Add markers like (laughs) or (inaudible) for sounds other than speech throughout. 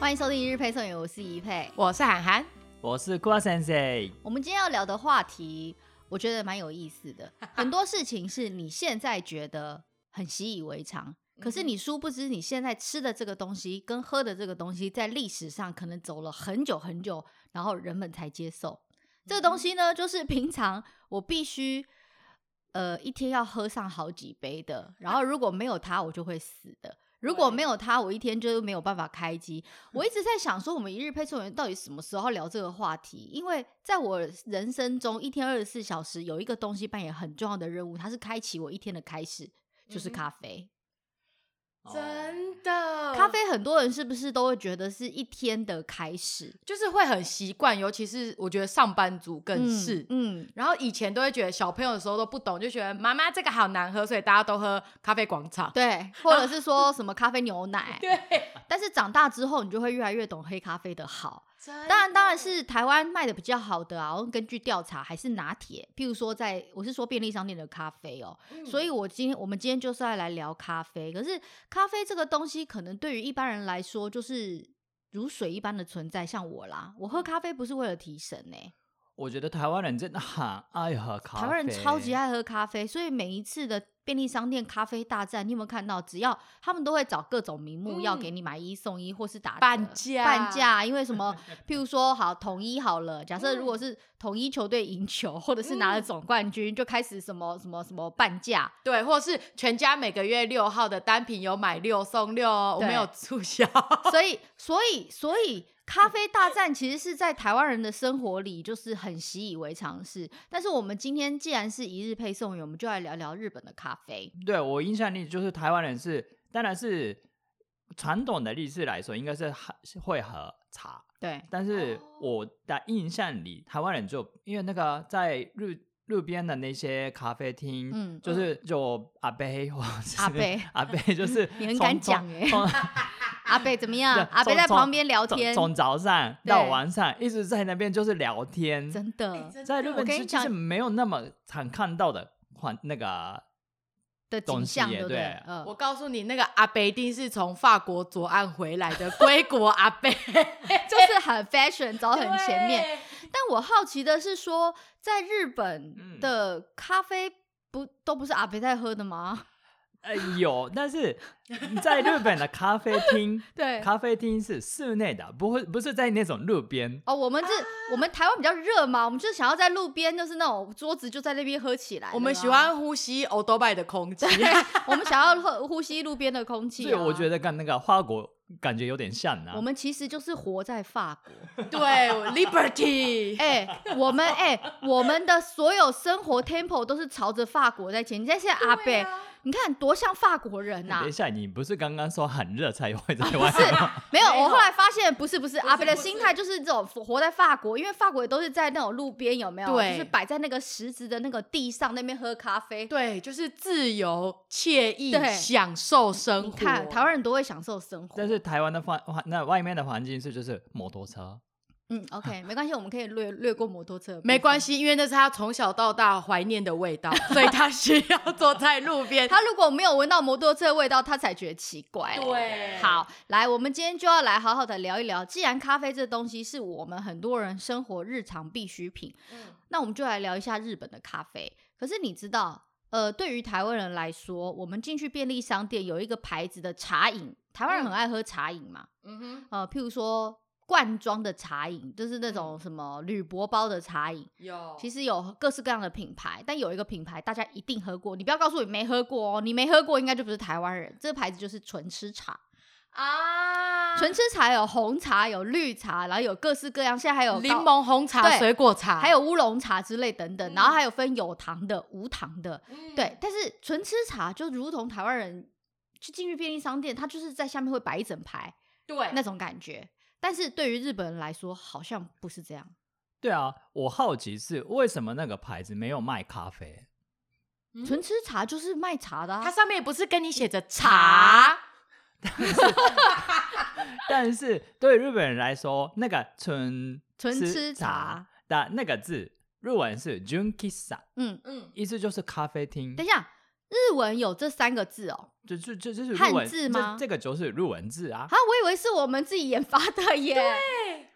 欢迎收听一日配送员，我是怡佩。我是涵涵，我是郭先生，我们今天要聊的话题，我觉得蛮有意思的。很多事情是你现在觉得很习以为常，可是你殊不知你现在吃的这个东西跟喝的这个东西，在历史上可能走了很久很久，然后人们才接受。这个东西呢，就是平常我必须。呃，一天要喝上好几杯的，然后如果没有它，我就会死的。如果没有它，我一天就是没有办法开机。我一直在想说，我们一日配送员到底什么时候聊这个话题？因为在我人生中，一天二十四小时有一个东西扮演很重要的任务，它是开启我一天的开始，就是嗯哼咖啡。真的咖啡很多人是不是都会觉得是一天的开始？就是会很习惯，尤其是我觉得上班族更是。嗯，嗯然后以前都会觉得小朋友的时候都不懂，就觉得妈妈这个好难喝，所以大家都喝咖啡广场。。对，或者是说什么咖啡牛奶对，但是长大之后，你就会越来越懂黑咖啡的好。当当然，当然嗯是台湾卖的比较好的啊。然后根据调查，还是拿铁，譬如说在，我是说便利商店的咖啡哦、嗯所以我今天我们今天就是要来聊咖啡。可是咖啡这个东西，可能对于一般人来说，就是如水一般的存在。像我啦，我嗯喝咖啡不是为了提神呢、我觉得台湾人真的很爱喝咖啡，台湾人超级爱喝咖啡，所以每一次的便利商店咖啡大战，你有没有看到？只要他们都会找各种名目嗯要给你买一送一，或是打折半价半价。因为什 (laughs) 么？譬如说，好统一好了，假设如果是统一球队赢球，或者是拿了嗯总冠军，就开始什么什么什么半价。对，或是全家每个月六号的单品有买六送六哦，我对们有促销。所以，所以，所以，咖啡大战其实是在台湾人的生活里就是很习以为常的事。但是我们今天既然是一日配送员，我们就来聊聊日本的咖啡。对我印象里就是台湾人是，当然是传统的历史来说，应该是喝是会喝茶，对，但是哦我的印象里，台湾人就因为那个在日路边的那些咖啡厅，嗯就是就阿贝或者是阿伯 (laughs) 阿贝就是你很敢讲哎欸，从阿北怎么样对？ (laughs) 阿北从在从旁边聊从天，从早上到对晚上一直在那边就是聊天，真哎嗯的在日我本跟其你实就是讲没有那么常看到的款那个啊的东景西象，耶对不对对？我嗯，告诉你，那个阿北一定是从法国左岸回来 (laughs) 的归国阿北，就是很 fashion，走很前面。对。但我好奇的是说，在日本嗯的咖啡不都不是阿北在喝的吗？，呃有，但是在日本的咖啡厅 (laughs) 对咖啡厅是室内的，不会不是在那种路边。哦，我们这、啊我们台湾比较热嘛，我们就想要在路边，就是那种桌子就在那边喝起来。我们喜，欢呼吸欧多拜的空 (laughs) 气。我们想要喝呼吸路边的空气、所以我觉得。得跟那个法国感觉有点像啊。啊我们其实就是活在法国，对，Liberty。 (laughs) 哎、我们哎、我们的所有生活 tempo 都是朝着法国在前进。你现啊在阿北，你看多像法国人呐、等一下，你不是刚刚说很热才会在外哦不面是啊吗？，没有。没有我后来发现，不是不是，是阿北的不是心态就是这种活在法国，因为法国也都是在那种路边，有没有？对就是摆在那个石子的那个地上那边喝咖啡。对，就是自由、惬意对、享受生活。你看，台湾人都会享受生活。哦但是台湾的环环那外面的环境是就是摩托车，嗯，OK，没关系，我们可以略略过摩托车。没关，系，因为那是他从小到大怀念的味 (laughs) 道，所以他需要坐在路边。他如果没有闻到摩托车的味道，他才觉得奇怪。 (laughs) 对好，来，我们今天就要来好好的聊一聊。既然咖啡这东西是我们很多人生活日常必需品，那我们就来聊一下日本的咖啡。可是你知道，呃，对于台湾人来说，我们进去便利商店有一个牌子的茶饮，台湾人很爱喝茶饮嘛，嗯哼，呃，譬如说罐装的茶饮，就是那种什么铝箔包的茶饮。有其实实有各式各样的品牌，但有一个品牌大家一定喝过，你不要告诉我你没喝过哦，你没喝过应该就不是台湾人。这个牌子就是纯吃茶，啊纯吃茶有红茶、有绿茶，然后有各式各样，现在还有高柠、檬红茶、对水果茶，还有乌龙茶之类等等，嗯然后还有分有糖的、无糖的，嗯对。但是纯吃茶就如同台湾人去进去便利商店，它就是在下面会摆一整排对那种感觉。但是对于日本人来说，好像不是这样。对啊，我好奇是为什么那个牌子没有卖咖啡？嗯纯吃茶就是卖茶的、啊，它上面不是跟你写着茶？ (laughs) 但是对日本人来说，那个纯纯吃吃茶茶的那个字，日文是 junkissa，嗯，嗯，意思就是咖啡厅等。一下，日文有这三个字哦，这这这这是汉日文字这吗这个就是日文字啊啊，，我以为是我们自己研发的耶，，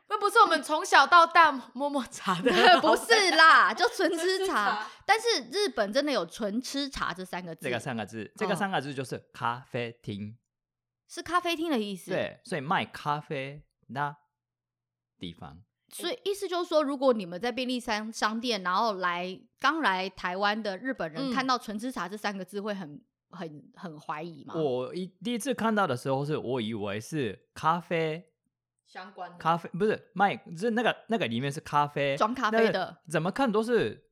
那不是我们从小到大摸摸茶的 (laughs) 不是啦，就纯吃茶啊茶。但是日本真的有纯吃茶这三个字，这个三个字，这个嗯三个字就是咖啡哦厅，是咖啡厅的意思。，对，所以卖咖啡的地方，所以意思就是说，如果你们在便利商商店，然后来刚来台湾的日本人、嗯看到“纯吃茶”这三个字，会很很很怀疑吗？我一第一次看到的时候是我以为是咖啡相关的。咖啡不是卖，是那个那个里面是咖啡装咖啡，的但是怎么看都是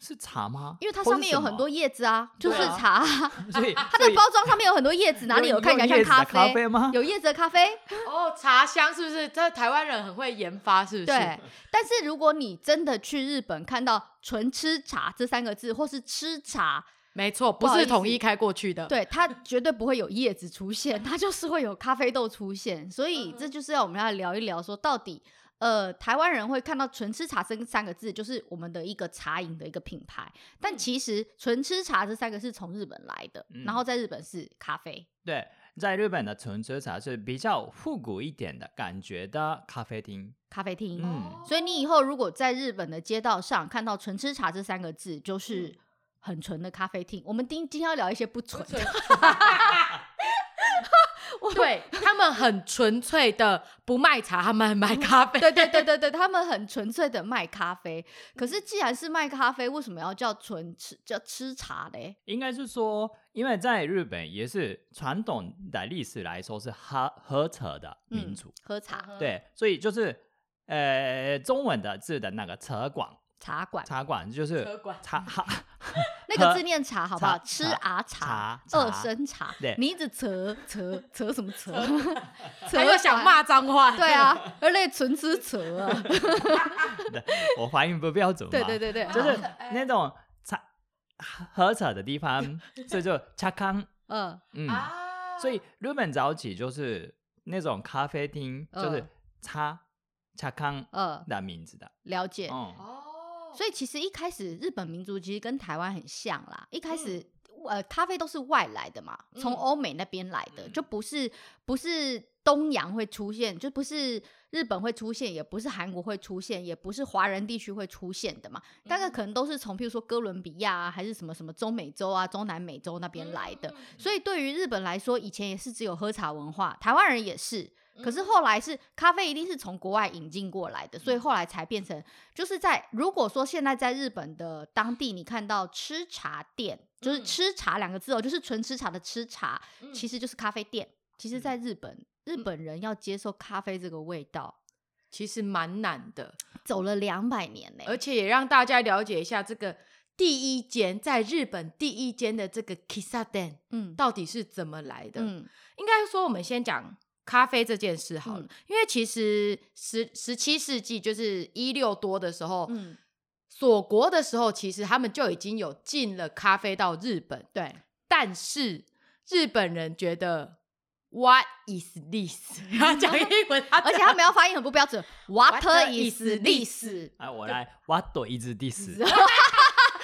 是茶吗？因为它或上是面什有很么多，叶子啊，就对是啊茶啊、 (laughs) 所以它它的包装上面有很多叶子，哪里有看起来像咖啡？啡吗？有叶子的咖啡，哦，茶香是不是？这台湾人很会研发，是不是？对。但是如果你真的去日本看到“纯吃茶”这三个字，或是吃茶，没错，不不好意是思统一开过去的。，对，它绝对不会有叶子出现，它就是会有咖啡豆出现。所以这就是要我们要聊一聊，说到底，呃，台湾人会看到“纯吃茶”这三个字，就是我们的一个茶饮的一个品牌。但其实“纯吃茶”这三个是从日本来的，嗯然后在日本是咖啡。对，在日本的纯吃茶是比较复古一点的感觉的咖啡厅，咖啡厅，嗯所以你以后如果在日本的街道上看到“纯吃茶”这三个字，就是嗯很纯的咖啡厅。我们今今天要聊一些不纯的， (laughs) (laughs) 对他们很纯粹的，不卖茶，他们卖咖啡。对对对对对，他们很纯粹的卖咖啡。可嗯是既然是卖咖啡，为什么要叫纯吃叫吃茶嘞？应该是说，因为在日本也是传统的历史来说是喝喝茶的嗯民族，喝茶对，所以就是呃中文的字的那个茶馆，茶馆茶馆就是茶馆茶哈。那个喝字念茶好不好？茶吃啊茶茶二声茶对，你一直扯扯扯什么扯？ (laughs) 扯 (laughs) 还有想馆？骂脏话。对，啊，而且纯吃扯啊， (laughs) 我发音不标准嘛，对对对对， (laughs) 就哦好是嗯那种茶喝茶的 (laughs) 地方，所以就茶康，嗯嗯，啊所以日本早起就是那种咖啡厅，就是嗯茶茶康嗯，的名字的，了解。嗯，哦，所以其实一开始日本民族其实跟台湾很像啦，一开始、呃咖啡都是外来的嘛，从嗯欧美那边来的，嗯就不是不是东洋会出现，就不是日本会出现，也不是韩国会出现，也不是华人地区会出现的嘛，大概可能都是从譬如说哥伦比亚啊，还是什么什么中美洲啊、中南美洲那边来嗯的。所以对于日本来说，以前也是只有喝茶文化，台湾人也是。嗯可是后来是咖啡一定是从国外引进过来的，所嗯以后来才变成就是在如果说现在在日本的当地，你看到吃茶店，就是“嗯吃茶”两个字哦，就是纯吃茶的吃茶，嗯其实就是咖啡店。其实，在日本，日本人要接受咖啡这个味道，其实蛮难的，走了两百年呢、而且也让大家了解一下这个第一间在日本第一间的这个 kissa den 嗯到底是怎么来的。嗯应该说，我们先讲咖啡这件事好了，嗯因为其实十十七世纪就是一六多的时候，嗯，锁国的时候，其实他们就已经有进了咖啡到日本，对，但是日本人觉得 What is this？他 (laughs) 讲英文，而且他们要发音很不标 (laughs) 准，Water is this。哎，我来挖朵一只第十，啊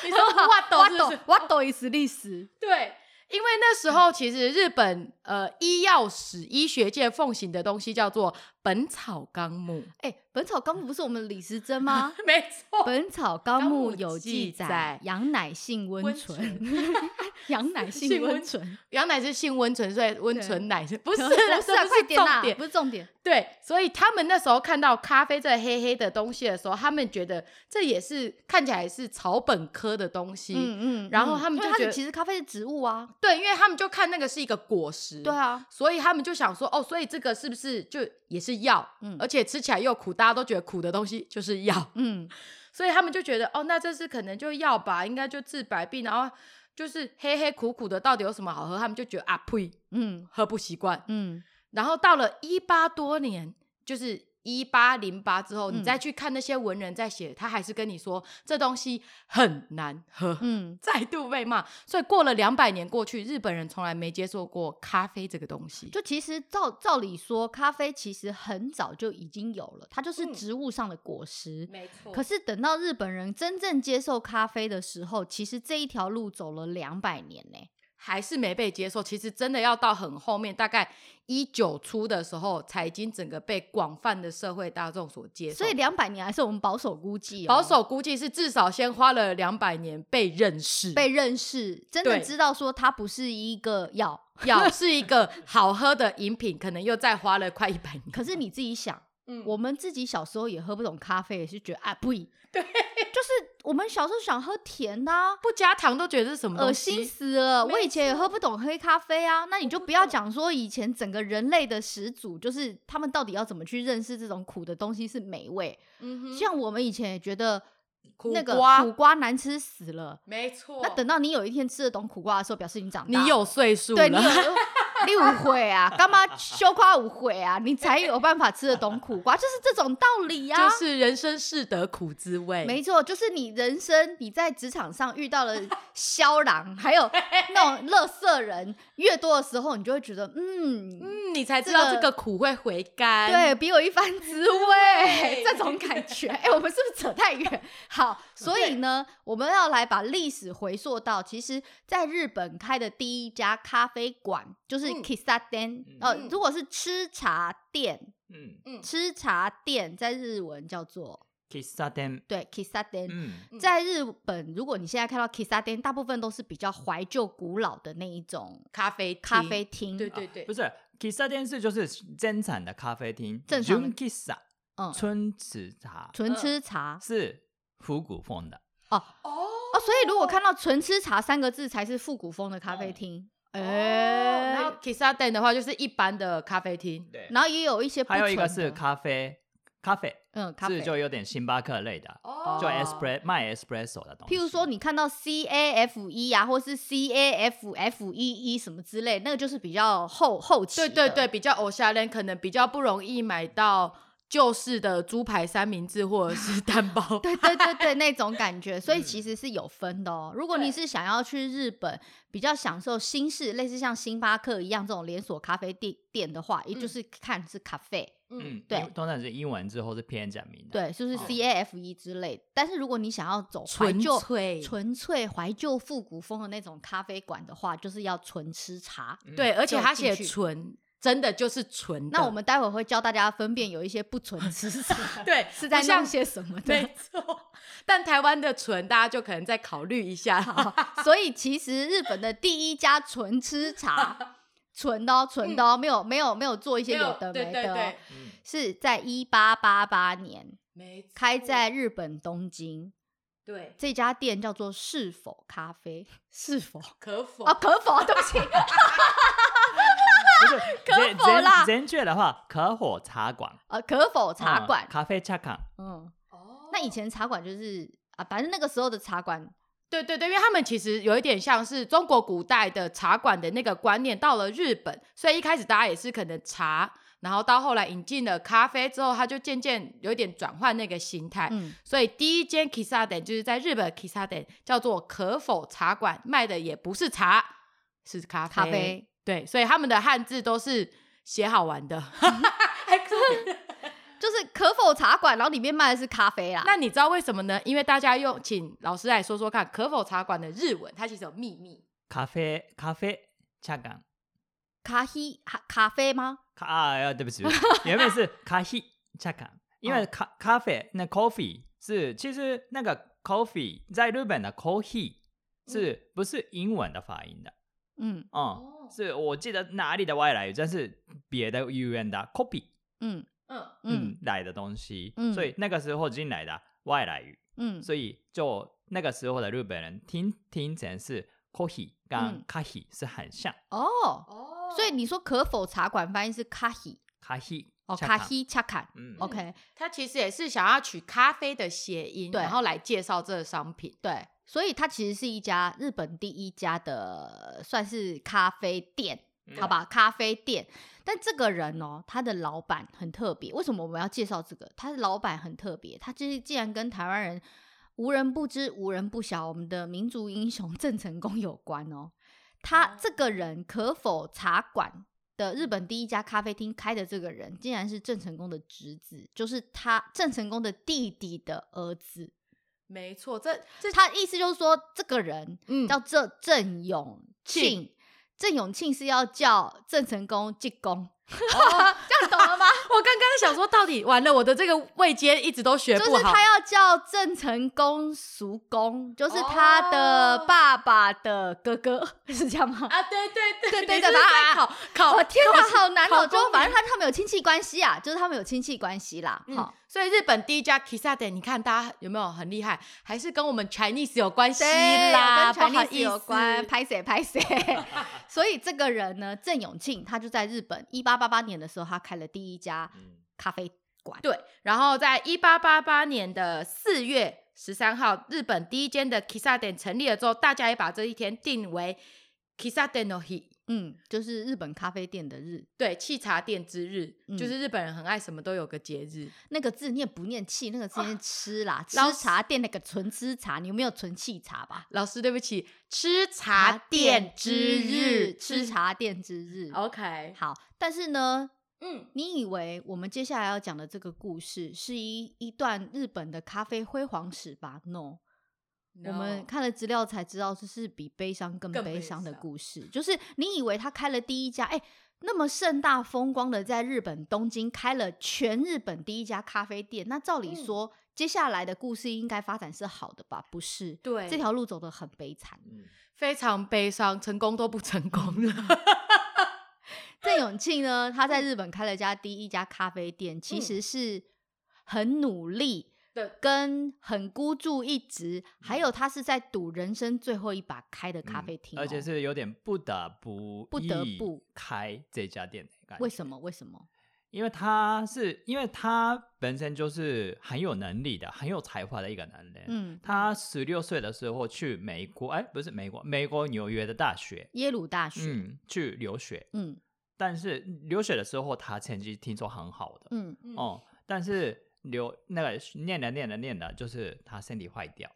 你说 What 我 do 是不懂是？ (laughs) 我懂意思，历史 (laughs) 对，因为那时候其实日本呃医药史医学界奉行的东西叫做《本草 (laughs) 纲目，哎，《本草纲目》不是我们李时珍吗？》没《错， (laughs) 本草纲目》有记记载载，羊奶性温温存， (laughs) 羊奶性性温温存，羊奶是性温存，所以温存奶 (laughs) 是不是不啦是啊，这不快是点啦重，点不。是重点，对，所以他们那时候看到咖啡这黑黑的东西的时候，他们觉得这也是看起来是草本科的东西。嗯然后他们因为就它觉是得其实咖啡是植物啊，对，因为他们就看那个是一个果实。对。啊，所以他们就想说，哦，所以这个是不是就也是药？嗯而且吃起来又苦，大家都觉得苦的东西就是药，嗯，所以他们就觉得，哦，那这是可能就药吧，应该就治百病，然后就是黑黑苦苦的，到底有什么好喝？他们就觉得啊呸，嗯喝不习惯。嗯，然后到了一八多年，就是一八零八之后，嗯你再去看那些文人在写，他还是跟你说这东西很难喝，嗯，再度被骂。所以过了两百年过去，日本人从来没接受过咖啡这个东西。就其实照照理说，咖啡其实很早就已经有了，它就是嗯植物上的果实，没错可是等到日本人真正接受咖啡的时候，其实这一条路走了两百年呢、还是没被接受。其实真的要到很后面，大概一九初的时候，才已经整个被广泛的社会大众所接受。所以哦两百年还是我们保守估计、哦，保守估计是至少先花了两百年被认识，被认识，真的对知道说它不是一个药。 (laughs) 要是一个好喝的饮品，可能又再花了快一百年。可是你自己想，嗯我们自己小时候也喝不懂咖啡，也是觉得啊 (laughs) 不，对，就是我们小时候想喝甜的、啊。不加糖都觉得是什么恶东西心死了！没我以前也喝不懂黑咖啡啊，那你就不要讲说以前整个人类的始祖，就是他们到底要怎么去认识这种苦的东西是美味。嗯哼像我们以前也觉得苦那个瓜苦瓜难吃死了，没错，那等到你有一天吃得懂苦瓜的时候，表示你长大，你有岁数对你有了， (laughs) 你有悔啊，干嘛羞夸无悔啊？你才有办法吃得懂苦瓜，就是这种道理呀、就。是哎人生是得苦滋味。没错，就是你人生你在职场上遇到了肖郎，还有那种乐色人越多的时候，你就会觉得，嗯，嗯，你才知道这这个苦会回甘。对比有一番滋味 (laughs) 对，哦这种感觉。哎、我们是不是扯太 (laughs) 远？好，所以呢，我们要来把历史回溯到，其实在日本开的第一家咖啡馆就是嗯 Kisaden，、嗯呃嗯，如果是吃茶店，嗯吃茶店在日文叫做，kiss (laughs) 沙店，对 Kisaden。嗯嗯在日本，如果你现在看到 Kisaden，大部分都是比较怀旧古老的那一种咖啡厅咖啡厅，对对对不，是 kiss 沙店是就是正常的咖啡厅，正常的 kiss 嗯，春池茶嗯纯吃茶。是复古风的，哦哦，所以如果看到“纯吃茶”三个字，才是复古风的咖啡厅。哎、哦然后 Kissa Den 的话就是一般的咖啡厅，对然后也有一些不还有一个纯是的咖啡，咖啡嗯咖啡是，就有点星巴克类的，哦就 espresso 卖 espresso 的东西。譬如说你看到 C A F E 啊，或是 C A F F E E 什么之类，那个就是比较后后期对的。对对，比较偶像人可能比较不容易买到旧式的猪排三明治或者是蛋包 (laughs) 对对对对，那种感觉，所以其嗯实是有分的哦。如果你对是想要去日本比较享受新式，类似像星巴克一样这种连锁咖啡店店的话，也就嗯是看是咖啡，嗯，对因为通常是英文之后是偏讲明的，对，就是哦 C A F E 之类的。但是如果你想要走怀纯旧、粹纯粹怀旧复古风的那种咖啡馆的话，就是要纯吃茶。嗯对，而且就它进写去纯，真的就是纯的。那我们待会儿会教大家分辨有一些不 (laughs) 纯吃茶对是不在像弄 (laughs) 些什么的没。错， (laughs) 但台湾的纯大家就可能再考虑一下啦。所以其实日本的第一家纯吃 (laughs) 茶，纯的、哦、纯的、哦没有没有没有做一些有的对没对的、哦对，嗯，是在一八八八年没错开在日本东京，对这家店叫做是否咖啡？是否？可否哦，可否？对不 (laughs) 起，不是可正否啦正正确的话，可火茶馆、呃，可否茶嗯馆？咖啡茶馆，嗯哦那以前茶馆就是啊，反正那个时候的茶馆，对对对，因为他们其实有一点像是中国古代的茶馆的那个观念，到了日本，所以一开始大家也是可能茶，然后到后来引进了咖啡之后，它就渐渐有一点转换那个形态。嗯，所以第一间 Kissa 店就是在日本 Kissa 店叫做可否茶馆，卖的也不是茶，是咖啡。咖啡。对，所以他们的汉字都是写好玩的。嗯 (laughs) 哎就是可否茶馆，然后里面卖的是咖啡啦。那你知道为什么呢？因为大家用，请老师来说说看，可否茶馆的日文，它其实有秘密。咖啡咖啡茶馆，咖啡咖咖啡吗？咖啊，呃对不起，对不起原本是咖啡茶馆，因为咖咖啡那 coffee 是其实那个 coffee 在日本的 coffee 是不是英文的发音的？嗯嗯，是我记得哪里的外来语，但是别的语言的 copy 嗯嗯，嗯嗯来的东西嗯，所以那个时候进来的外来语。嗯，所以就那个时候的日本人听听成是 coffee 嗯跟 coffee 是很像哦，哦所以你说可否茶馆翻译是咖啡 coffee 哦，恰咖恰啡哦恰卡嗯，OK，它其实也是想要取咖啡的谐音，对然后来介绍这个商品。对，所以它其实是一家日本第一家的算是咖啡店，嗯好吧，咖啡店。但这个人哦，他的老板很特别。为什么我们要介绍这个？他的老板很特别，他就是竟然跟台湾人无人不知、无人不晓，我们的民族英雄郑成功有关哦。他这个人可否茶馆的日本第一家咖啡厅开的这个人，竟然是郑成功的侄子，就是他郑成功的弟弟的儿子。没错，这这他意思就是说，这个人嗯叫这郑永庆，郑永庆是要叫郑成功进宫，这样你懂了吗？我刚刚想说，到底完了，我的这个位阶一直都学就不是好。他要叫郑成功叔公，就是他的哦爸爸的哥哥， (laughs) 是这样吗？啊，对对对对对你对是在啊考考，我天哪，好难考哦！就公反民正他他们有亲戚关系啊，就是他们有亲戚关系啦。嗯好，，所以日本第一家 Kisade，你看大家有没有很厉害？还是跟我们 Chinese 有关系对，啦，有不跟好 Chinese 意思有关，拍谁拍 (laughs) 谁。所以这个人呢，郑永庆，他就在日本一八八八年的时候，他开了第一家嗯咖啡馆。对，然后在一八八八年的四月十三号，日本第一间的 Kisade 成立了之后，大家也把这一天定为 Kisade no Hi。嗯，就是日本咖啡店的日，对，沏茶店之日、嗯就是日本人很爱什么都有个节日。那个字念不念气，那个字念吃啦，吃啊老茶店那个纯吃茶，你有没有纯气茶吧？老师，对不起，吃茶店之日，哦吃。茶店之日。 OK，好，但是呢，嗯，你以为我们接下来要讲的这个故事是一一段日本的咖啡辉煌史吧？No，, 我们看了资料才知道，这是比悲伤更更悲悲伤的伤故事。就是你以为他开了第一家，哎、那么盛大风光的在日本东京开了全日本第一家咖啡店，那照理嗯说，接下来的故事应该发展是好的吧？不是，对这条路走得很悲惨。嗯非常悲伤，成功都不成功了。 (laughs) 郑永庆呢，他嗯在日本开了家第一家咖啡店，其嗯实是很努力的跟很孤注一掷，还嗯有他是在赌人生最后一把开的 (laughs) 咖啡厅哦、而且是有点不得不不得已不开这家店的感觉。为什么？为什么？因为他是因为他本身就是很有能力的、很有才华的一个男人。，嗯，他十六岁的时候去美国，哎，不是美国，美国纽约的大学，耶鲁大学，嗯，去留学。嗯但是嗯留学的时候，他成绩听说很好的，嗯哦、但是留那个念了念了念了，就是他身体坏掉，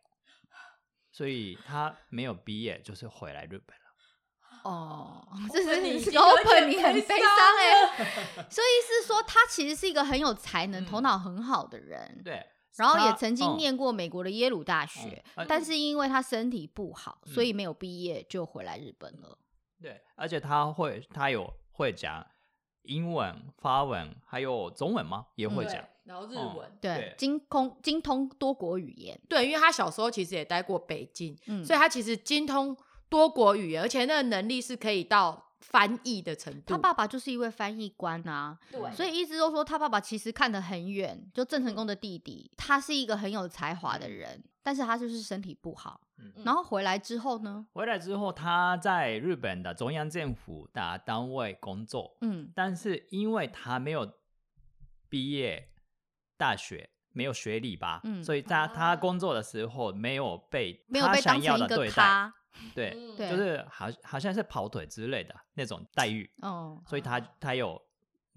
所以他没有毕业，就是回来日本了。哦，这这是你这已个经有 open 点你很悲悲伤伤哎、所以是说他其实是一个很有才能、头嗯脑很好的人，对，然后也他曾经、嗯念过美国的耶鲁大学，呃但是因为他身体不好，所嗯以没有毕业就回来日本了。对，而且他会，他有会讲英文、法文，还有中文吗？也会嗯讲。，然后日哦文。对对，精通精通多国语言，对，因为他小时候其实也待过北京，嗯，所以他其实精通多国语言，而且那个能力是可以到翻译的程度。他爸爸就是一位翻译官啊，对嗯所以一直都说他爸爸其实看得很远，就郑成功的弟弟，他是一个很有才华的人，但是他就是身体不好。嗯然后回来之后呢，回来之后，他在日本的中央政府的单位工作，嗯，但是因为他没有毕业大学，没有学历吧，嗯所以他他啊工作的时候没有被没有他被想当要成的一个对待，咖，对，嗯对就是好好像是跑腿之类的那种待遇，哦所以他他有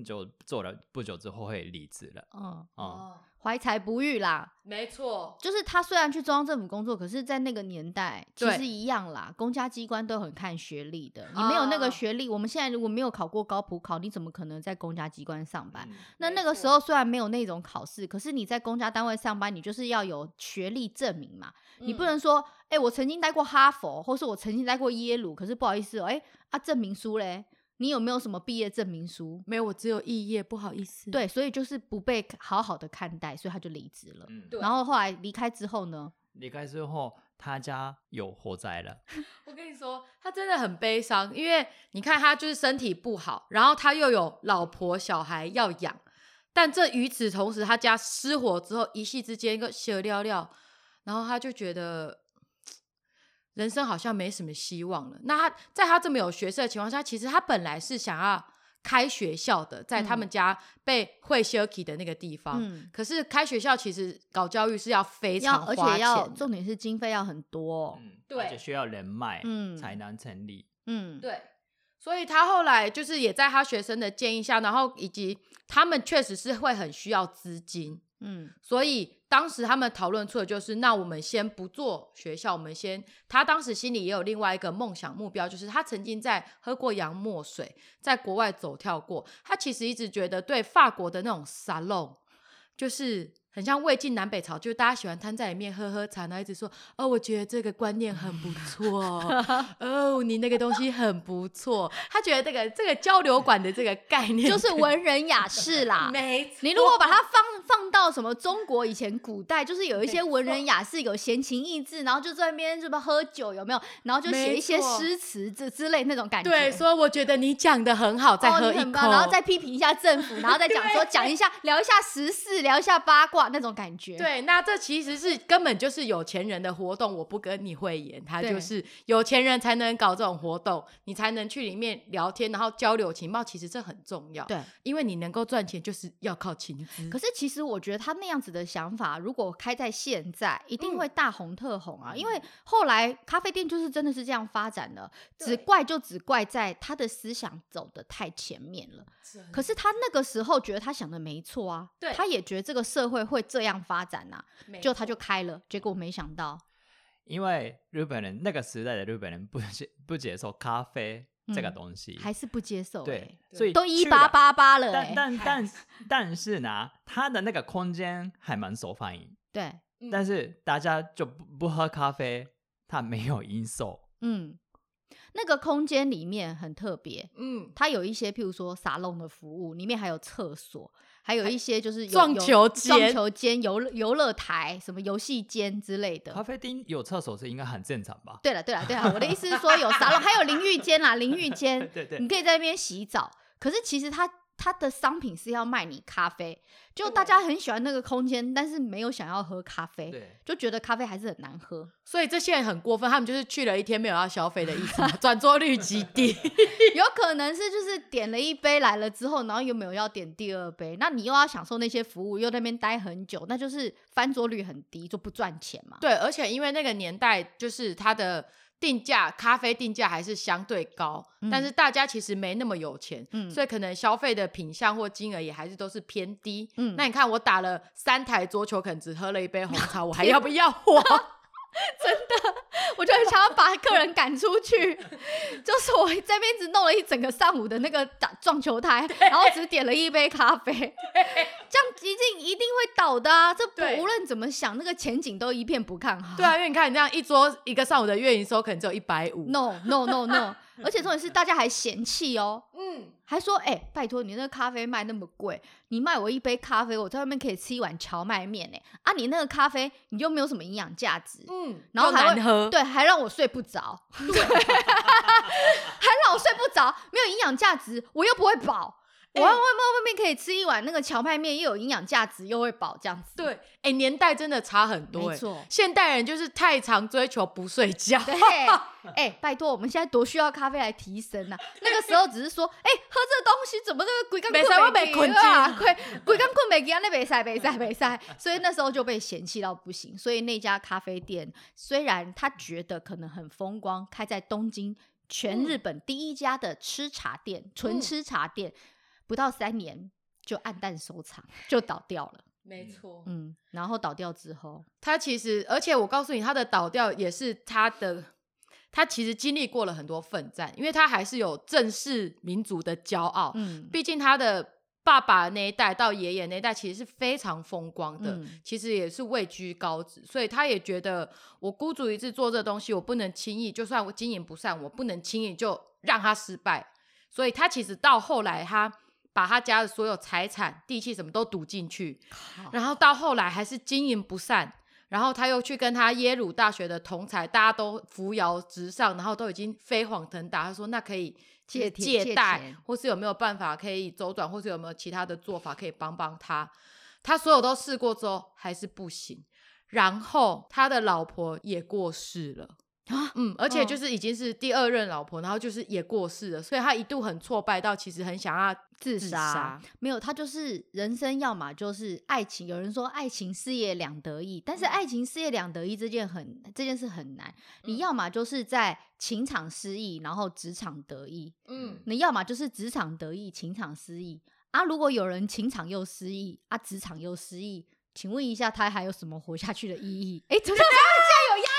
就做了不久之后会离职了，哦，哦、哦，怀才不遇啦，没错，就是他虽然去中央政府工作，可是，在那个年代其对实一样啦，公家机关都很看学历的。你没有那个啊哦学历，我们现在如果没有考过高普考，你怎么可能在公家机关上班？嗯那没那个时候错虽然没有那种考试，可是你在公家单位上班，你就是要有学历证明嘛。你不嗯能说，哎、我曾经待过哈佛，或是我曾经待过耶鲁，可是不好意思、哦，哎、啊，证明书嘞，你有没有什么毕业证明书？没有，我只有肄业，不好意思。对，所以就是不被好好的看待，所以他就离职了。嗯对然后后来离开之后呢，离开之后，他家有火灾了，我跟你说，他真的很悲伤，因为你看他就是身体不好，然后他又有老婆小孩要养，但这与此同时，他家失火之后，一夕之间一个血尿尿，然后他就觉得人生好像没什么希望了。那他在他这么有学识的情况下，其实他本来是想要开学校的，在他们家被会休 k 的那个地方。嗯，可是开学校其实搞教育是要啊非要常而花且钱要的重点是经费要很多、哦，嗯，对而且需要人脉，嗯才能成立，嗯，对，所以他后来就是也在他学生的建议下，然后以及他们确实是会很需要资金，嗯所以当时他们讨论出的就是，那我们先不做学校，我们先。他当时心里也有另外一个梦想目标，就是他曾经在喝过洋墨水，在国外走跳过。他其实一直觉得对法国的那种沙龙，就是很像魏晋南北朝，就是大家喜欢摊在里面喝喝茶，然后一直说哦，我觉得这个观念很不 (laughs) 错，哦，你那个东西很不错。他觉得这个这个交流馆的这个概念。就是文人雅士啦没错你如果把它放放到什么中国以前古代，就是有一些文人雅士有闲情逸致，然后就在那边什么喝酒有没有？然后就写一些没错诗词之之类那种感觉。对，说我觉得你讲的很好，再哦喝你一口，很棒然后再批评一下政府，然后再 (laughs) 讲说讲一下聊一下时事，聊一下八卦那种感觉。，对，那这其实是根本就是有钱人的活动，我不跟你讳言，他对就是有钱人才能搞这种活动，你才能去里面聊天，然后交流情报，其实这很重要。对，因为你能够赚钱，就是要靠情资。可是其实我觉得他那样子的想法，如果开在现在，一定会大红特红啊！因为后来咖啡店就是真的是这样发展的，只对怪就只怪在他的思想走的太前面了。可是他那个时候觉得他想的没错啊，对他也觉得这个社会会这样发展呐、是就他就开了，结果没想到，因为日本人那个时代的日本人不接不接受咖啡这个嗯东西，还是不接受、对欸，，对所以都一去了八八八了、但欸， (laughs) 但但但是呢，它的那个空间还蛮受欢迎，对，但是大家就不不喝咖啡，它没有因素。嗯，那个空间里面很特别，嗯，它有一些，譬如说沙龙的服务，里面还有厕所，还有一些就是有撞有球撞间球间、游乐游乐台、什么游戏间之类咖的。啡厅有厕所是应该很正常吧？，对了，对了，对了，我的意思是说有沙龙，还有淋浴间啦，淋浴间 (laughs) 对对你可以在那边洗澡。可是其实它它的商品是要卖你咖啡，就大家很喜欢那个空间，但是没有想要喝咖啡，对，就觉得咖啡还是很难喝。所以这些人很过分，他们就是去了一天没有要消费的意思嘛， (laughs) 转桌率极低。有可能是就是点了一杯来了之后，然后又没有要点第二杯，那你又要享受那些服务，又在那边待很久，那就是翻桌率很低，就不赚钱嘛。 (laughs) 对，而且因为那个年代，就是它的定价，咖啡定价还是相对高，嗯但是大家其实没那么有钱，嗯所以可能消费的品相或金额也还是都是偏低。嗯那你看我打了三台桌球，可能只喝了一 (laughs) 杯红茶，我还要不要活？我就很想要把客人赶出去， (laughs) 就是我这边只弄了一整个上午的那个打撞球台，然后只点了一杯咖啡，这样一定一定会倒的啊！这不对无论怎么想，那个前景都一片不看好。对啊，因为你看你这样一桌一个上午的月营收可能只有一百五。 No no no no，而且重点是大家还嫌弃哦，嗯，还说：“哎、拜托你那个咖啡卖那么贵，你卖我一杯咖啡，我在外面可以吃一碗荞麦面呢、啊，你那个咖啡你又没有什么营养价值，嗯，然后又还会难喝，对，还让我睡不着， (laughs) 对，还让我睡不着，没有营养价值，我又不会饱。我哎外外外面可以吃一碗那个荞麦面，又有营养价值，又会饱，这样子。对，哎、年代真的差很多、没哎。错现代人就是太常追求不睡觉，对，哎、 (laughs) 拜托，我们现在多需要咖啡来提神呐、啊！那个时候只是说，哎、喝这东西怎么那个鬼刚不可以我没不困啊，觉鬼鬼刚困没给啊，那没塞没塞没塞，所以那时候就被嫌弃到不行。所以那家咖啡店虽然他觉得可能很风光，开在东京全日本第一家的吃茶店，纯、嗯吃茶店，不到三年就暗淡收场，就倒掉了。没错嗯，然后倒掉之后，他其实，而且我告诉你，他的倒掉也是他的，他其实经历过了很多奋战，因为他还是有正式民族的骄傲。嗯，毕竟他的爸爸那一代到爷爷那一代，其实是非常风光的，嗯其实也是位居高职，所以他也觉得我孤注一掷做这东西，我不能轻易，就算我经营不善，我不能轻易就让他失败。所以他其实到后来，他把他家的所有财产、地契什么都赌进去，好然后到后来还是经营不善，然后他又去跟他耶鲁大学的同才，大家都扶摇直上，然后都已经飞黄腾达。他说：“那可以借就是钱借借贷钱，或是有没有办法可以周转，或是有没有其他的做法可以帮帮他？”他所有都试过之后还是不行，然后他的老婆也过世了。啊，嗯，而且嗯就是已经是第二任老婆，然后就是也过世了，所以他一度很挫败到，其实很想要自自杀杀。没有，他就是人生，要么就是爱情。有人说爱情事业两得意，但是嗯爱情事业两得意这件很这件事很难。你嗯要么就是在情场失意，然后职场得意；嗯，你要么就是职场得意，情场失意。啊，如果有人情场又失意，啊，职场又失意，请问一下，他还有什么活下去的意义？哎，怎么这样有押啊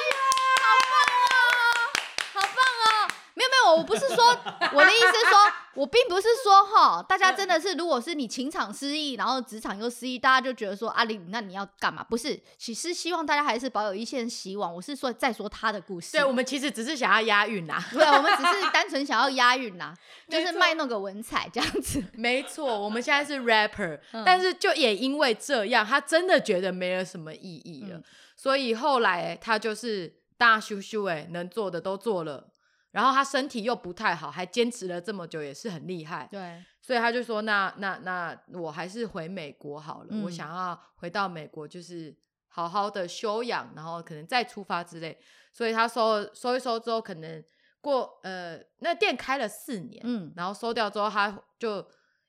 韵？好棒哦，好棒哦！没有没有，我不是说我的意思是说，我并不是说哈，大家真嗯的是，如果是你情场失意，然后职场又失意，大家就觉得说阿玲，那你要干嘛？不是，其实希望大家还是保有一线希望。我是说，再说他的故事，对，我们其实只是想要押韵啊。 (laughs) 对，我们只是单纯想要押韵 (laughs) 啦，就没是错卖弄个文采这样子。没错，我们现在是 rapper，、嗯但是就也因为这样，他真的觉得没有什么意义了，嗯所以后来他就是大羞羞哎，能做的都做了，然后他身体又不太好，还坚持了这么久，也是很厉害，对，所以他就说那那那我还是回美国好了，嗯我想要回到美国就是好好的休养，然后可能再出发之类，所以他收收一收之后，可能过呃那店开了四年，嗯，然后收掉之后，他就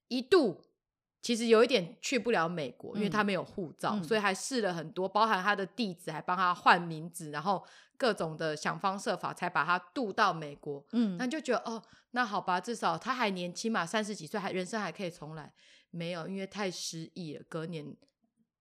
一度其实有一点去不了美国，因为嗯他没有护照，嗯所以还试了很多，包含他的地址，还帮他换名字，然后各种的想方设法才把他渡到美国。嗯那，就觉得哦，那好吧，至少他还年轻嘛，三十几岁还人生还可以重来。没有，因为太失意了，隔年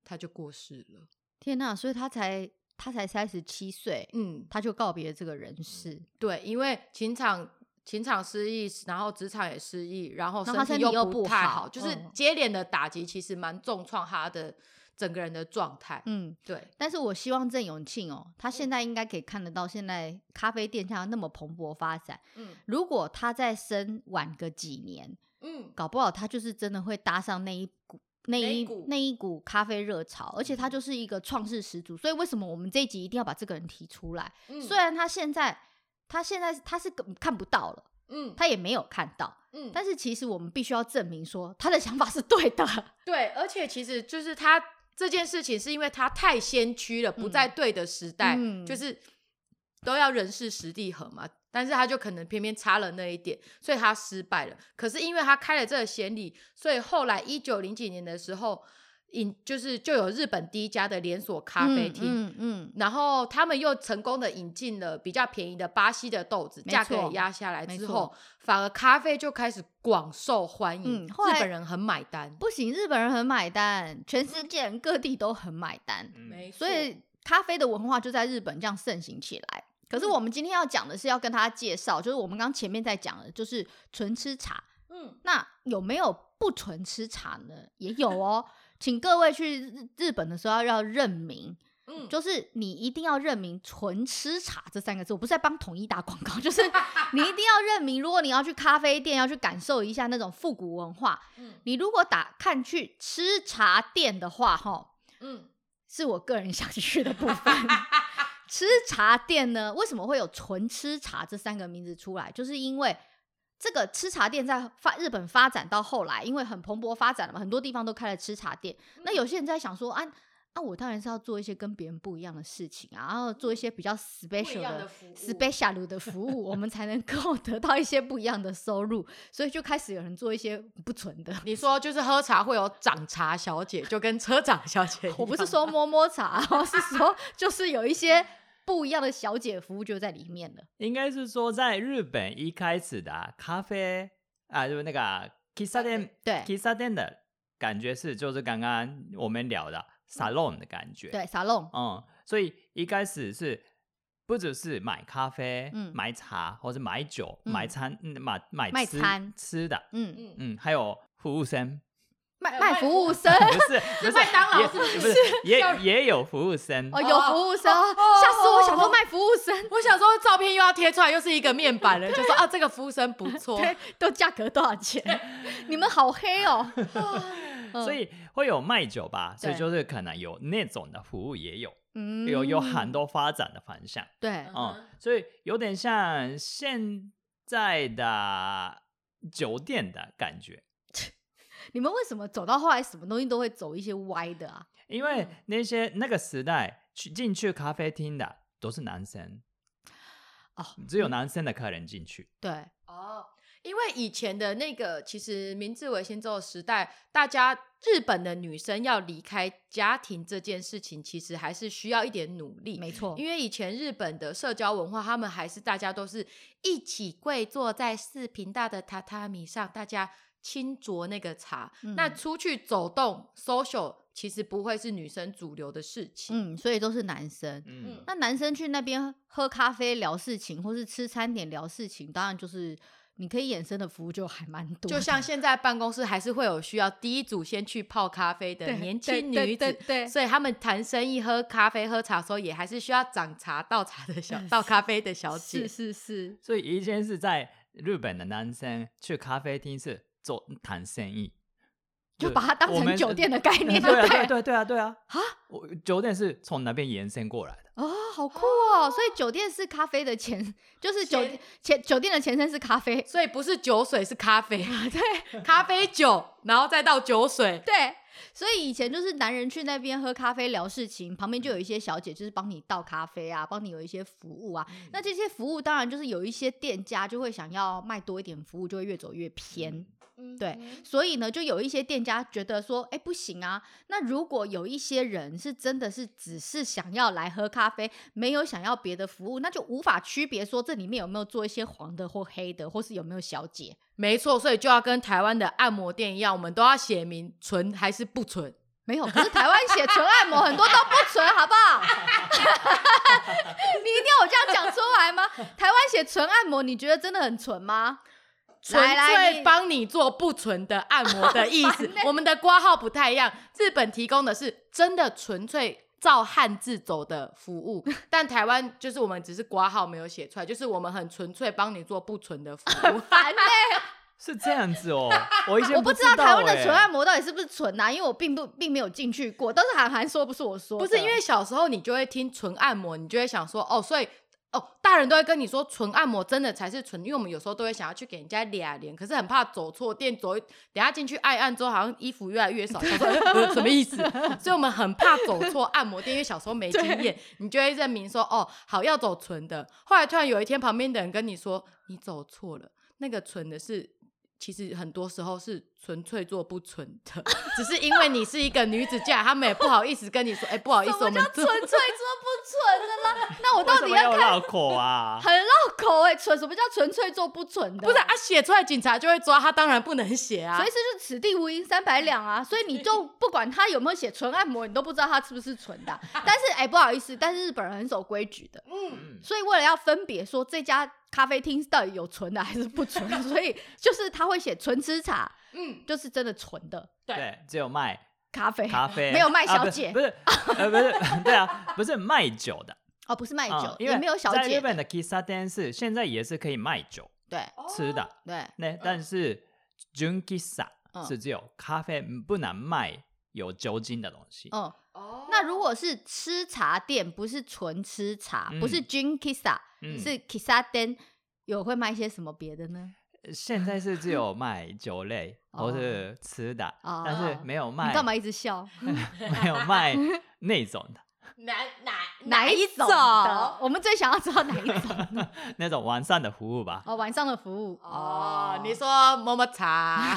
他就过世了。天哪，所以他才他才三十七岁，嗯，他就告别这个人世，对，因为情场情场失意，然后职场也失意，然后然后他体身体又不不太好就是嗯接连的打击，其实蛮重创他的整个人的状态。嗯。对，但是我希望郑永庆哦，他现在应该可以看得到，现在咖啡店像那么蓬勃发展。嗯如果他再生晚个几年，嗯，搞不好他就是真的会搭上那一股。那那一一股那一股嗯咖啡热潮，而且他就是一个创世始祖，所以为什么我们这一集一定要把这个人提出来？嗯虽然他现在他现在他是根看不到了，嗯他也没有看到，嗯，但是其实我们必须要证明说他的想法是对的。对，而且其实就是他这件事情，是因为他太先驱了，不嗯在对的时代，嗯就是都要人事实地合嘛。但是他就可能偏偏差了那一点，所以他失败了。可是因为他开了这个先例，所以后来一九零几年的时候，引就是就有日本第一家的连锁 (laughs) 咖啡厅。嗯嗯然后他们又成功的引进了比较便宜的巴西的豆子，没价格也错压下来没之错后，反而咖啡就开始广受欢迎，嗯后日来本人很买单。不行，日本人很买单，全世界人各地都很买单，嗯所以咖啡的文化就在日本这样盛行起来。可是嗯我们今天要讲的是要跟大家介绍，就是我们刚前面在讲的，就是纯吃茶。嗯，那有没有不纯吃茶呢？也有哦，请各位去日日本的时候要认明，嗯就是你一定要认明“纯吃茶”这三个字，我不是在帮统一打广告， (laughs) 就是你一定要认明。如果你要去咖啡店，要去感受一下那种复古文化，嗯你如果打看去吃茶店的话，哈，嗯是我个人想去的部分。吃茶店呢，为什么会有“纯吃茶”这三个名字出来？就是因为这个吃茶店在发日本发展到后来，因为很蓬勃发展了嘛，很多地方都开了吃茶店。那嗯有些人在想说，啊啊，我当然是要做一些跟别人不一样的事情啊，然后做一些比较 special 样的的服务 special 的服务，我们才能够 (laughs) 得到一些不一样的收入。所以就开始有人做一些不纯的，你说就是喝茶会有掌茶小姐，就跟车长小姐一样。 (laughs) 我不是说摸摸茶，我是 (laughs) 说就是有一些不一样的小姐服务就在里面了。应该是说在日本一开始的咖啡啊，就是那个喫茶店，对喫茶店的感觉是就是刚刚我们聊的 salon 的感觉，嗯对，沙龙，嗯，所以一开始是不只是买咖啡、嗯买茶或者买酒、嗯买餐、嗯、买买卖吃餐吃的，嗯，嗯，嗯，还有服 (laughs) 务生，。卖卖卖服务生不是不是麦当劳也是不是是也也有服务 (laughs) 生哦，，有服务生，哦哦哦吓死我！想哦说卖服务生，我想说照片又要贴出来，又是一个面 (laughs) 板了，就说啊这个服务生不错。对，都价格多少钱？ (laughs) 你们好黑 (laughs) 哦！嗯所以会有卖酒吧，所以对就是可能有那种的服务也有，嗯有有很多发展的方向。对嗯，哦、哼所以有点像现在的酒店的感觉，你们为什么走到后来什么东西都会走一些歪的啊？因为嗯那些那个时代去进去咖啡厅的都是男生，哦，只有男生的客人进去。对，哦，因为以前的那个其实明治维新之后时代，大家日本的女生要离开家庭这件事情，其实还是需要一点努力。没错，因为以前日本的社交文化，他们还是大家都是一起跪坐在四平大的榻榻米上，大家轻酌那个茶。那嗯出去走动 social 其实不会是女生主流的事情。嗯，所以都是男生。嗯，那男生去那边喝咖啡聊事情，或是吃餐点聊事情，当然就是你可以衍生的服务就还蛮多的，就像现在办公室还是会有需要第一组先去泡咖啡的对年对轻对女对子，对所以他们谈生意、喝咖啡、喝茶的时候，也还是需要掌茶、倒茶的小、倒咖啡的小姐。嗯是是是，所以以前是在日本的男生去咖啡厅是做谈生意，就把它当我成们酒店的概 (laughs) 念，对啊，不对啊对啊对啊对啊！啊，我酒店是从那边延伸过来的，哦，好酷哦！所以酒店是咖啡的前，就是酒前前酒店的前身是咖啡，所以不是酒水是咖啡，啊对咖啡酒，然后再到酒水。对。所以以前就是男人去那边喝咖啡聊事情，旁边就有一些小姐就是帮你倒咖啡啊，帮你有一些服务啊。那这些服务当然就是有一些店家就会想要卖多一点服务，就会越走越偏。嗯对所以呢，就有一些店家觉得说，哎，不行啊。那如果有一些人是真的是只是想要来喝咖啡，没有想要别的服务，那就无法区别说这里面有没有做一些黄的或黑的，或是有没有小姐。没错，所以就要跟台湾的按摩店一样，我们都要写明纯还是不纯。没有，可是台湾写纯按摩很多都不纯，好不好？ (laughs) 你一定要我这样讲出来吗？台湾写纯按摩，你觉得真的很纯吗？纯来来粹你帮你做不纯的按摩的意思。 (laughs) 我们的挂号不太一样，日本提供的是真的纯粹照汉字走的 (laughs) 服务，但台湾就是我们只是挂号没有写出来，就是我们很纯粹帮你做不纯的服务。 (laughs) 烦欸呢、是这样 (laughs) 子哦。我以前啊我不不知道台湾的欸纯按摩到底是不是纯呐、因为我并不并没有进去过，都是韩寒说，不是我说的， (laughs) 不是因为小时候你就会听纯按摩，你就会想说哦，所以。哦，大人都会跟你说纯按摩真的才是纯，因为我们有时候都会想要去给人家俩脸，可是很怕走错店，走一等下进去按一按之后，好像衣服越来越少，想说、呃、什么意思？所以我们很怕走错按摩店，因为小时候没经验，你就会认明说哦，好要走纯的。后来突然有一天，旁边的人跟你说你走错了，那个纯的是。其实很多时候是纯粹做不纯的，只是因为你是一个女子，进来他们也不好意思跟你说，哎、不好意什思，么我叫们纯粹做做不纯的 (laughs) 啦？那我为到什底么要要看绕口啊？很绕口哎、纯什么叫纯粹做不纯的？不是啊，写出来警察就会抓，他当然不能写啊。所以这就是此地无银三百两啊！所以你 (laughs) 就不管他有没有写纯按摩，你都不知道他是不是纯的啊、但是哎、不好意思，但是日本人很守规矩的，嗯所以为了要分别说这家咖啡厅到底有纯的还是不纯的， (laughs) 所以就是他会写纯吃茶，嗯，就是真的纯的对，只有卖 (laughs) 咖啡。咖啡，没有卖啊小不是姐 (laughs) 不是，呃，不是，对啊，不是卖酒的，哦，不是卖酒啊，因也为没有小在姐日，本的喫茶店是现在也是可以卖酒对吃的，对，那、但是純喫茶嗯是只有咖啡嗯不能卖有酒精的东西。嗯。哦那如果是吃茶店，不是纯吃茶，不是嗯 gin kissa，、嗯是 kissa den，有会卖些什么别的呢？现在是 (laughs) 只有卖酒类哦或是吃的，哦但是没有卖你干嘛一直笑？ (laughs) 没有 (laughs) 卖那种的哪哪哪一种的？我们最想要知道哪一种那种晚上的服务吧。哦，晚上的服务哦，你说么么茶，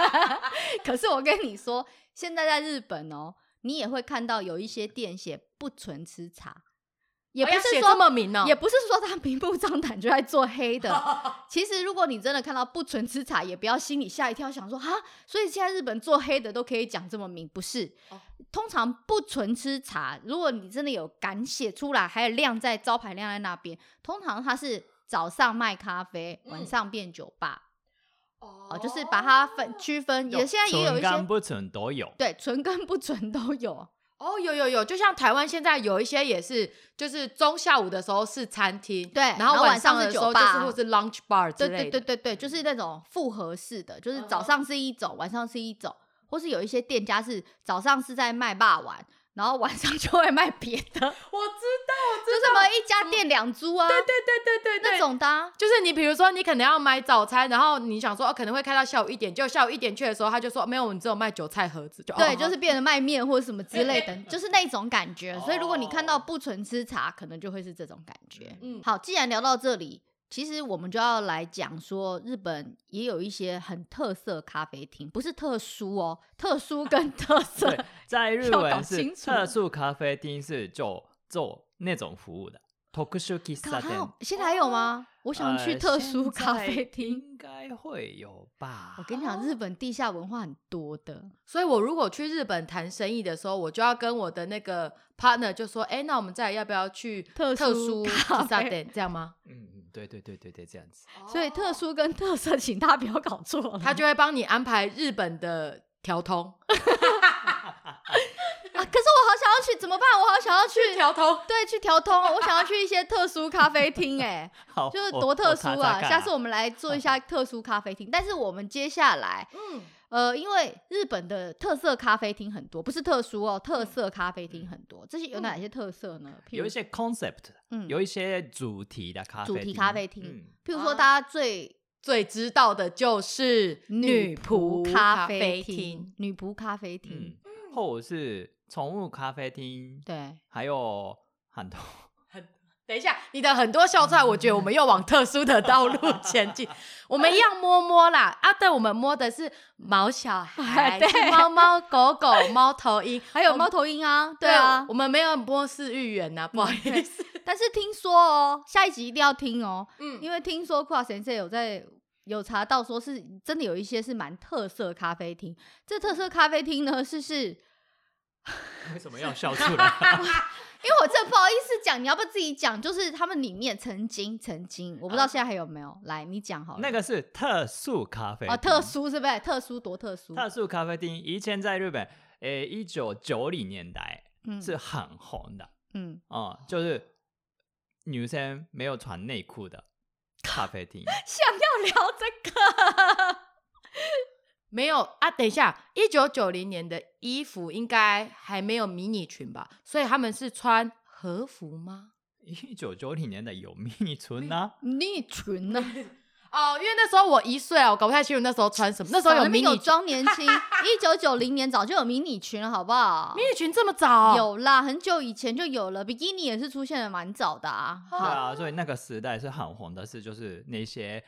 (laughs) 可是我跟你说，现在在日本哦，你也会看到有一些店写不纯吃茶， (laughs) 也不要是写说这么明哦，也不是说他明目张胆就在做黑 (laughs) 的。其实，如果你真的看到不纯吃茶，也不要心里吓一跳，想说哈，所以现在日本做黑的都可以讲这么明，不是哦？通常不纯吃茶，如果你真的有敢写出来，还有亮在招牌亮在那边，通常它是早上卖咖啡，嗯晚上变酒吧，哦、哦就是把它分区分。也现在也有纯一些干不纯都有。对纯跟不纯都有。哦，有有有，就像台湾现在有一些也是，就是中下午的时候是餐厅，对然然后后晚上上的是时酒候就是吧或是 lunch bar 对之类对的。嗯对对对，就是那种复合式的，就是嗯哼早上是一种，晚上是一种，或是有一些店家是早上是在卖霸丸，然后晚上就会卖别的，就我知道，我知什么一家店两租啊，哦嗯对对对对对，那种的啊、就是你，比如说你可能要买早餐，然后你想说、哦、可能会开到下午一点，就下午一点去的时候，他就说没有，我们只有卖韭菜盒子。就对，哦就是变成卖面或者什么之类的，就是那种感觉。所以如果你看到哦不纯吃茶，可能就会是这种感觉。嗯好，既然聊到这里，其实我们就要来讲说，日本也有一些很特色咖啡厅，不是特殊哦，特殊跟特色对，在日要搞文清是楚特殊咖啡厅是就做那种服务的，特殊喫茶靠还店有。啊现在还有吗？我想去哦呃特哎现殊咖在啡厅。应该会有吧我？跟你讲，日本地下文化很多的，所以我如果去日本谈生意的时候，我就要跟我的那个 partner 就说，哎，那我们再来要不要去特殊特殊咖啡 (laughs) 披萨店这样吗？嗯，嗯对对对对对，这样子。所以特哦哦殊跟特色， (laughs) 请大家不要搞错了。他就会帮你安排日本的调通，啊，可是我好想要去，怎么办？我好想要去，调通。对，去调通，我想要去一些特殊咖啡厅，哎，好，就是我多特殊啊！下次我们们来嗯做一下特殊咖啡厅。但是我们接下来，嗯，呃，因为日本的特色咖啡厅很多，不是特殊哦，特色咖啡厅很多。这些有哪些特色呢？譬如嗯有一些 concept，嗯，有一些主题的咖啡主厅题咖啡厅嗯譬如说大家最最知道的就是仆咖啡厅，、女仆咖啡厅嗯，，或者是宠物咖啡厅，对，还有很多。 (laughs) 等一下，你的很多笑出来，我觉得我们又往特殊的道路前 (laughs) 进。我们一样摸摸啦，啊，对，我们摸的是毛小孩、 (laughs) 对是猫猫狗狗、猫头 (laughs) 鹰，还有猫头鹰啊，对啊。我们没有摸饲育员呐、不好意思。但是听说哦，下一集一定要听哦，嗯，因为听说库 u 先生有在有查到，说是真的有一些是蛮特色咖啡厅。这特色咖啡厅呢，是是，因为什么要笑出来？啊为我这不好意思讲，你要不要自己讲？就是他们里面曾经曾经，我不知道现在还有没有，来你讲好了。那个是特殊咖啡哦，厅特殊是不是？特殊多特殊？特殊咖啡厅，以前在日本，诶，一九九零年代嗯是很红的嗯，哦、就是女生没有穿内裤的咖啡厅。想要聊这个，没有啊，等一下，一九九零年的衣服应该还没有迷你裙吧？所以他们是穿和服吗？一九九零年代有啊迷你村呐、你群呢？哦，因为那时候我一岁啊，我搞不太清楚那时候穿什么。那时候少有那迷边你有裙装年 (laughs) 轻，一九九零年早就有迷你裙了，好不好？迷你裙这么早？有啦，很久以前就有了，比基尼也是出现的蛮早的啊。对啊，所以那个时代是很红的，是就是那些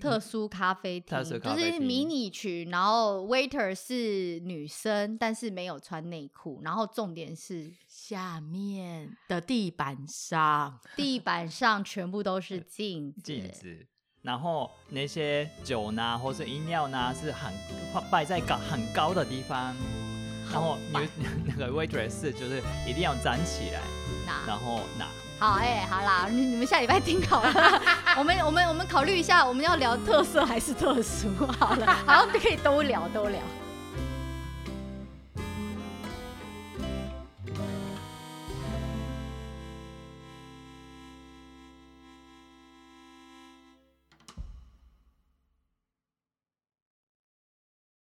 特殊咖啡厅，特殊咖就啡是迷厅你裙，然后 waiter 是女生，但是没有穿内裤，然后重点是下面的地板上，地板上全部都是 (laughs) 镜子，镜子，然后那些酒呢或是饮料呢是很摆在高很高的地方，然后女 (laughs) 那个 waitress 就是一定要站起来，那然后拿。好哎、好啦，你你们下礼拜听好了。 (laughs) 我们我们我们考虑一下，我们要聊特色还是特殊？好了，好像可以都聊都聊。